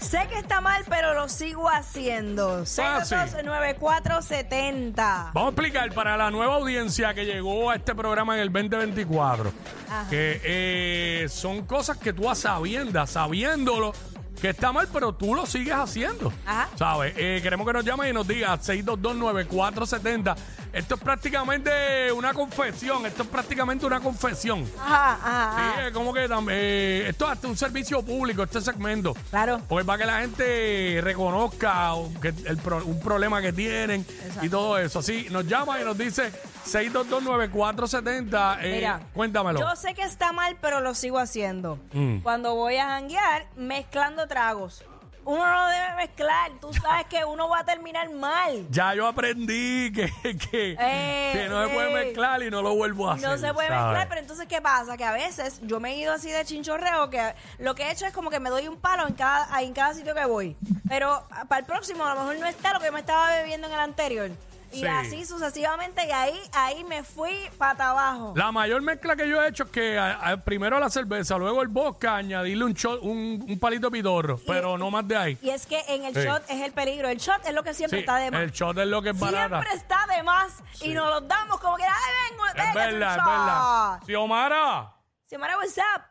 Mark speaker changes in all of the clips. Speaker 1: Sé que está mal, pero lo sigo haciendo.
Speaker 2: Fácil.
Speaker 1: 6229470.
Speaker 2: Vamos a explicar para la nueva audiencia que llegó a este programa en el 2024
Speaker 1: Ajá.
Speaker 2: que eh, son cosas que tú a sabiendas, sabiéndolo que está mal, pero tú lo sigues haciendo.
Speaker 1: Ajá.
Speaker 2: ¿Sabes? Eh, queremos que nos llamen y nos digas 6229470. Esto es prácticamente una confesión, esto es prácticamente una confesión.
Speaker 1: Ajá, ajá,
Speaker 2: Sí,
Speaker 1: ajá.
Speaker 2: es como que tam- eh, esto es hasta un servicio público, este segmento.
Speaker 1: Claro.
Speaker 2: Pues para que la gente reconozca o que el pro- un problema que tienen y todo eso. Así nos llama y nos dice 6229470. Eh,
Speaker 1: Mira,
Speaker 2: cuéntamelo.
Speaker 1: Yo sé que está mal, pero lo sigo haciendo.
Speaker 2: Mm.
Speaker 1: Cuando voy a janguear, mezclando tragos. Uno no debe mezclar. Tú sabes que uno va a terminar mal.
Speaker 2: Ya yo aprendí que, que,
Speaker 1: Eh,
Speaker 2: que no se
Speaker 1: eh.
Speaker 2: puede mezclar y no lo vuelvo a hacer.
Speaker 1: No se puede
Speaker 2: ¿sabes?
Speaker 1: mezclar, pero entonces, ¿qué pasa? Que a veces yo me he ido así de chinchorreo, que lo que he hecho es como que me doy un palo en cada, en cada sitio que voy. Pero ah, para el próximo, a lo mejor no está lo que me estaba bebiendo en el anterior. Y
Speaker 2: Sí.
Speaker 1: así sucesivamente, y ahí, ahí me fui pata abajo.
Speaker 2: La mayor mezcla que yo he hecho es que a- a- primero la cerveza, luego el vodka, añadirle un, shot- un, un palito de pitorro, pero no más de ahí.
Speaker 1: Y es que en el
Speaker 2: Sí.
Speaker 1: shot es el peligro. El shot es lo que siempre
Speaker 2: Sí,
Speaker 1: está de más.
Speaker 2: el shot es lo que es barata.
Speaker 1: Siempre está de más y nos los damos como que, ¡ay, vengo!
Speaker 2: Es
Speaker 1: déjese un
Speaker 2: verdad, es
Speaker 1: shot".
Speaker 2: verdad. Xiomara,
Speaker 1: Xiomara, what's up?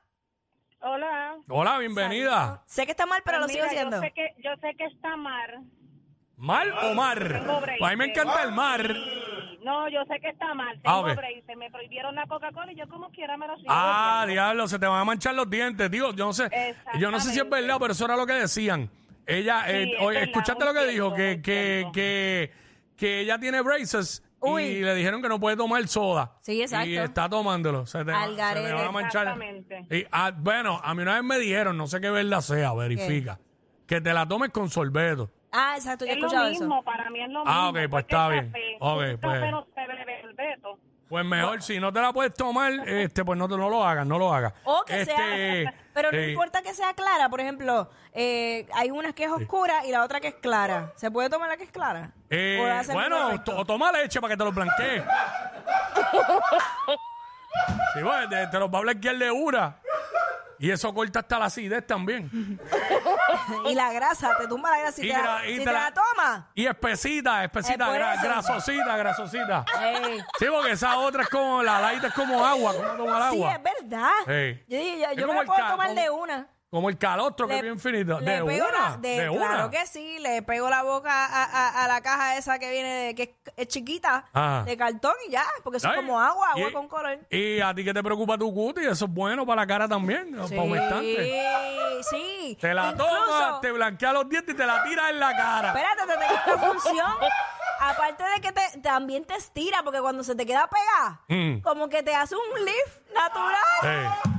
Speaker 3: Hola.
Speaker 2: hola, bienvenida.
Speaker 1: Sé que está mal, pero
Speaker 3: Pues
Speaker 1: lo sigo
Speaker 3: mira,
Speaker 1: haciendo.
Speaker 3: Yo sé que, yo sé que está mal.
Speaker 2: ¿Mal o mar?
Speaker 3: Tengo break.
Speaker 2: Pues a mí me encanta el mar.
Speaker 3: No, yo sé que está mal.
Speaker 2: Ah,
Speaker 3: Tengo
Speaker 2: ok.
Speaker 3: break. Se me prohibieron la Coca-Cola y yo como quiera me lo sigo
Speaker 2: Ah,
Speaker 3: bebiendo.
Speaker 2: diablo, se te van a manchar los dientes. Digo, yo no sé, yo no sé si es
Speaker 3: Exactamente.
Speaker 2: verdad, pero eso era lo que decían. Ella, eh,
Speaker 3: es
Speaker 2: oye,
Speaker 3: verdad,
Speaker 2: escuchaste
Speaker 3: muy
Speaker 2: lo que dijo,
Speaker 3: cierto,
Speaker 2: que,
Speaker 3: muy
Speaker 2: que,
Speaker 3: cierto.
Speaker 2: que, que ella tiene braces y
Speaker 1: Uy.
Speaker 2: le dijeron que no puede tomar soda.
Speaker 1: Sí, exacto.
Speaker 2: Y está tomándolo. Se te, va-
Speaker 1: Al
Speaker 2: se
Speaker 1: garete.
Speaker 2: te van a manchar.
Speaker 3: Exactamente.
Speaker 2: Y, ah, bueno, a mí una vez me dijeron, no sé qué verdad sea, verifica, que te la tomes con sorbeto.
Speaker 1: Ah, exacto, yo he
Speaker 3: Es lo
Speaker 1: escuchado eso.
Speaker 3: mismo, para mí es lo mismo.
Speaker 2: Ah, ok, pues
Speaker 3: porque
Speaker 2: está
Speaker 3: el
Speaker 2: bien.
Speaker 3: café,
Speaker 2: Ok,
Speaker 3: el
Speaker 2: pues.
Speaker 3: café no se bebe el beto.
Speaker 2: Pues mejor, si no te la puedes tomar, este, pues no, te, no lo hagas, no lo hagas.
Speaker 1: O que sea,
Speaker 2: Este,
Speaker 1: pero no
Speaker 2: eh,
Speaker 1: importa que sea clara, por ejemplo, eh, hay una que es oscura y la otra que es clara. ¿Se puede tomar la que es clara?
Speaker 2: eh,
Speaker 1: ¿O hace el mismo
Speaker 2: bueno,
Speaker 1: efecto?
Speaker 2: to- toma leche para que te lo blanquee. sí, bueno, te, te los va a blanquear de una. Y eso corta hasta la acidez también.
Speaker 1: y la grasa, te tumba la grasa y,
Speaker 2: Y
Speaker 1: te, la,
Speaker 2: gra- y
Speaker 1: si
Speaker 2: te
Speaker 1: te
Speaker 2: la-
Speaker 1: la toma.
Speaker 2: Y espesita, espesita,
Speaker 1: Eh, por
Speaker 2: gra-
Speaker 1: eso.
Speaker 2: grasosita, grasosita.
Speaker 1: Ey.
Speaker 2: Sí, porque esa otra es como, la light es como agua, como tomar
Speaker 1: Sí,
Speaker 2: agua.
Speaker 1: es verdad.
Speaker 2: Ey.
Speaker 1: Yo, digo, yo-
Speaker 2: Es
Speaker 1: yo me
Speaker 2: como
Speaker 1: la
Speaker 2: el
Speaker 1: puedo
Speaker 2: ca-
Speaker 1: tomar
Speaker 2: como-
Speaker 1: de una.
Speaker 2: Como el calostro que es bien finito.
Speaker 1: le
Speaker 2: De
Speaker 1: pego la-
Speaker 2: una,
Speaker 1: de-
Speaker 2: de una.
Speaker 1: Claro que sí, le pego la boca a, a- a la caja esa que viene, de- que es, es chiquita,
Speaker 2: Ajá.
Speaker 1: de cartón y ya, porque eso es
Speaker 2: Ah. Ay,
Speaker 1: como agua, agua
Speaker 2: y-
Speaker 1: con color.
Speaker 2: Y a ti que te preocupa tu cutis, eso es bueno para la cara también, para aumentarte.
Speaker 1: sí.
Speaker 2: Te la
Speaker 1: Incluso-
Speaker 2: tomas, te blanquea los dientes y te la tiras en la cara.
Speaker 1: Espérate, te tengo esta función. Aparte de que te, también te estira, porque cuando se te queda pegada,
Speaker 2: Mm. Eh,
Speaker 1: como que te hace un lift natural.
Speaker 2: Sí.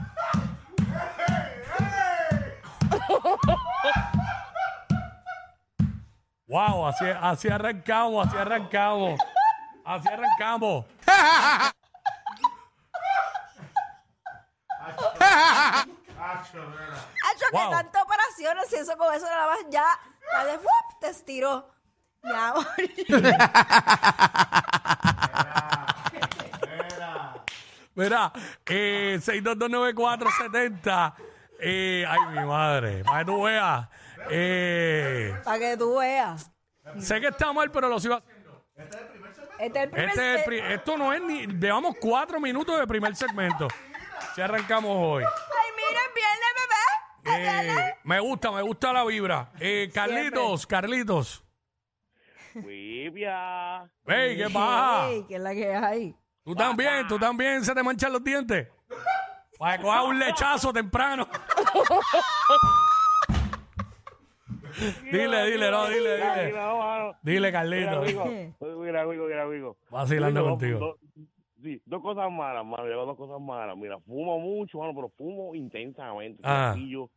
Speaker 2: Wow, así, así arrancamos, así arrancamos. Así arrancamos.
Speaker 1: Hacho,
Speaker 2: Wow.
Speaker 1: que tantas operaciones y eso con eso nada más ya, ya de ¡fuap! te estiró. Mi amor.
Speaker 2: Mira, eh, 6229470. Eh, ay, mi madre. Para que tú veas. Eh,
Speaker 1: Para que tú veas.
Speaker 2: sé que está mal, pero lo sigo haciendo.
Speaker 1: Este es el primer
Speaker 2: Este es el
Speaker 1: se-
Speaker 2: pri- esto no es ni. Llevamos cuatro minutos de primer segmento. Si arrancamos hoy.
Speaker 1: Ay, mira, es viernes, bebé. Es viernes.
Speaker 2: Eh, me gusta, me gusta la vibra. Eh, Carlitos, Carlitos.
Speaker 4: Wibia.
Speaker 2: Ey, ¿qué pasa?
Speaker 1: Ey, que es la que hay.
Speaker 2: Tú también, tú también se te manchan los dientes. Para que cojas un lechazo temprano. dile, dile, no, dile, dile. Dile, Carlitos.
Speaker 4: Mira, Wigo, mira, Wigo.
Speaker 2: Vacilando
Speaker 4: Wigo,
Speaker 2: contigo.
Speaker 4: dos- Sí, dos cosas malas, mano. Yo hago dos cosas malas. Mira, fumo mucho, mano, pero fumo intensamente.
Speaker 2: Ajá.
Speaker 4: Y yo,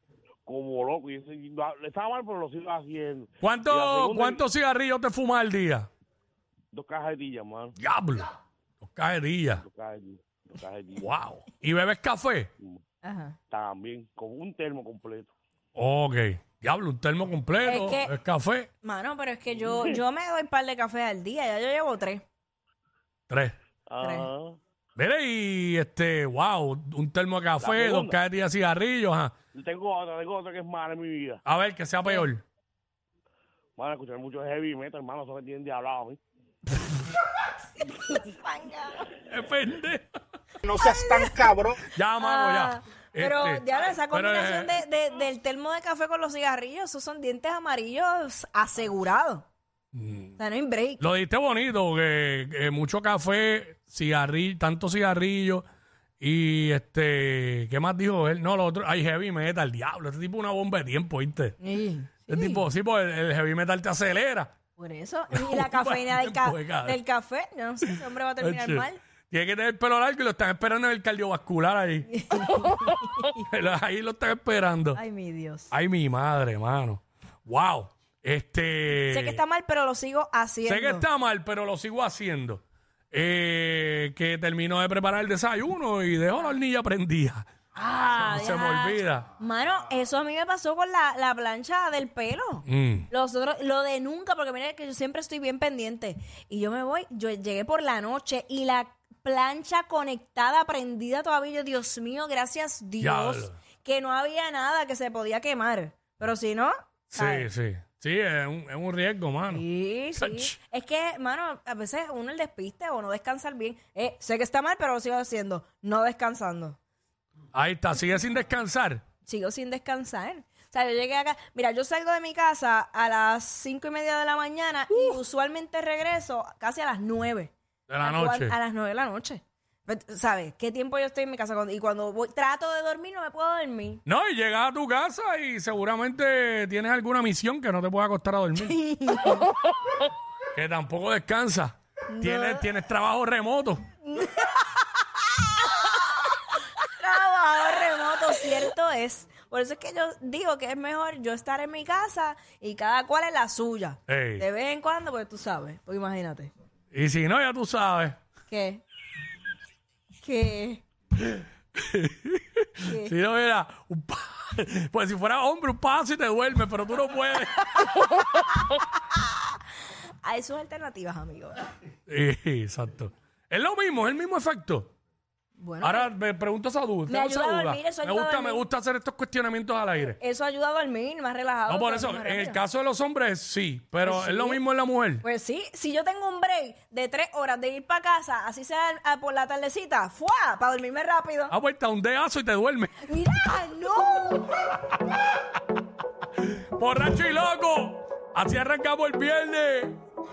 Speaker 4: como loco. Y eso, y lo- estaba mal, pero lo sigo haciendo. Y la
Speaker 2: ¿Cuánto-
Speaker 4: segunda-
Speaker 2: ¿Cuántos cigarrillos te fumas al día?
Speaker 4: Dos cajetillas, mano.
Speaker 2: Diablo. Dos cajetillas.
Speaker 4: Dos cajetillas. Dos cajetillas.
Speaker 2: Wow. ¿Y bebes café?
Speaker 1: Ajá.
Speaker 4: También, con un termo completo.
Speaker 2: Ok. Diablo, un termo completo.
Speaker 1: Es que-
Speaker 2: es café.
Speaker 1: Mano, pero es que yo, yo me doy un par de cafés al día, ya yo llevo tres.
Speaker 2: Tres.
Speaker 4: Ajá.
Speaker 2: Mire, y este, wow, un termo de café, dos
Speaker 4: segunda.
Speaker 2: cajetillas de cigarrillos. ajá.
Speaker 4: Yo tengo otra, tengo otra que es mala en mi vida.
Speaker 2: A ver, que sea peor.
Speaker 4: Mano, escuchar mucho heavy metal, hermano, eso me tienen de hablado a mí.
Speaker 2: Es pendejo.
Speaker 5: No seas tan cabrón.
Speaker 2: Ya, mano,
Speaker 1: Ah,
Speaker 2: ya.
Speaker 1: Pero
Speaker 2: Este,
Speaker 1: ya esa
Speaker 2: pero,
Speaker 1: combinación
Speaker 2: eh,
Speaker 1: de- de- del termo de café con los cigarrillos, esos son dientes amarillos asegurados.
Speaker 2: Mm.
Speaker 1: O sea, no hay break.
Speaker 2: Lo diste bonito, que, que mucho café, cigarrillo, tanto cigarrillo y este, ¿qué más dijo él? No, lo otro, hay heavy metal, diablo, este tipo es una bomba de tiempo, ¿viste?
Speaker 1: Sí,
Speaker 2: Este tipo, sí, pues el, el heavy metal te acelera.
Speaker 1: Por eso. Y la
Speaker 2: Un
Speaker 1: cafeína del,
Speaker 2: tiempo
Speaker 1: ca-
Speaker 2: de cada-
Speaker 1: del café, yo no sé, ese hombre va a terminar
Speaker 2: Oye,
Speaker 1: mal.
Speaker 2: Tiene que tener el pelo largo y lo están esperando en el cardiovascular ahí. ahí lo están esperando. Ay,
Speaker 1: Ay, mi Dios.
Speaker 2: mi madre, mano. Wow. Este.
Speaker 1: Sé que está mal, pero lo sigo haciendo.
Speaker 2: Sé que está mal, pero lo sigo haciendo. Eh, que terminó de preparar el desayuno y dejó la hornilla prendida.
Speaker 1: Ah,
Speaker 2: No se me
Speaker 1: ya.
Speaker 2: olvida.
Speaker 1: Mano, eso a mí me pasó con la, la plancha del pelo.
Speaker 2: Mm.
Speaker 1: Los otros, lo de nunca, porque mira que yo siempre estoy bien pendiente. Y yo me voy, yo llegué por la noche y la plancha conectada, prendida todavía. Yo, Dios mío, gracias Dios,
Speaker 2: Diablo.
Speaker 1: que no había nada que se podía quemar. Pero si no,
Speaker 2: Sí, sí. Sí, es un, es un riesgo, mano.
Speaker 1: Sí, sí.
Speaker 2: Ach.
Speaker 1: Es que, mano, a veces uno el despiste o no descansar bien. Eh, sé que está mal, pero lo sigo haciendo. No descansando.
Speaker 2: Ahí está, sigue sin descansar.
Speaker 1: Sigo sin descansar. O sea, yo llegué acá. Mira, yo salgo de mi casa a las cinco y media de la mañana y usualmente regreso casi a las nueve.
Speaker 2: De la
Speaker 1: A cual-
Speaker 2: noche.
Speaker 1: A las nueve de la noche. Pero, ¿Sabes? ¿Qué tiempo yo estoy en mi casa? Cuando- Y cuando voy, trato de dormir, no me puedo dormir.
Speaker 2: No, y llegas a tu casa y seguramente tienes alguna misión que no te pueda acostar a dormir. que tampoco descansas. Tienes, tienes trabajo remoto.
Speaker 1: Trabajo remoto, cierto es. Por eso es que yo digo que es mejor yo estar en mi casa y cada cual en la suya.
Speaker 2: Ey.
Speaker 1: De vez en cuando, pues tú sabes. Pues imagínate.
Speaker 2: Y si no, ya tú sabes.
Speaker 1: ¿Qué? ¿Qué?
Speaker 2: Si no, era un pa- Pues si fuera hombre, un paso y te duerme, pero tú no puedes.
Speaker 1: Hay sus Ah, alternativas, amigos.
Speaker 2: Sí, exacto. Es lo mismo, es el mismo efecto.
Speaker 1: Bueno,
Speaker 2: Ahora me pregunto esa duda.
Speaker 1: Me
Speaker 2: tengo esa
Speaker 1: ayuda a
Speaker 2: duda.
Speaker 1: dormir, eso
Speaker 2: me
Speaker 1: ayuda a
Speaker 2: gusta, me
Speaker 1: dormir.
Speaker 2: gusta hacer estos cuestionamientos al aire.
Speaker 1: eso ayuda a dormir más relajado.
Speaker 2: No, por
Speaker 1: duermes
Speaker 2: eso,
Speaker 1: más
Speaker 2: en el
Speaker 1: rápido.
Speaker 2: caso de los hombres, sí, pero
Speaker 1: Pues
Speaker 2: es lo
Speaker 1: sí.
Speaker 2: mismo en la mujer.
Speaker 1: Pues sí, si yo tengo un break de tres horas de ir para casa, así sea ah, por la tardecita, ¡fuá! Para dormirme rápido.
Speaker 2: Ah, pues te da un deazo y te duerme.
Speaker 1: ¡Mira! ¡No!
Speaker 2: Borracho y loco. Así arrancamos el viernes.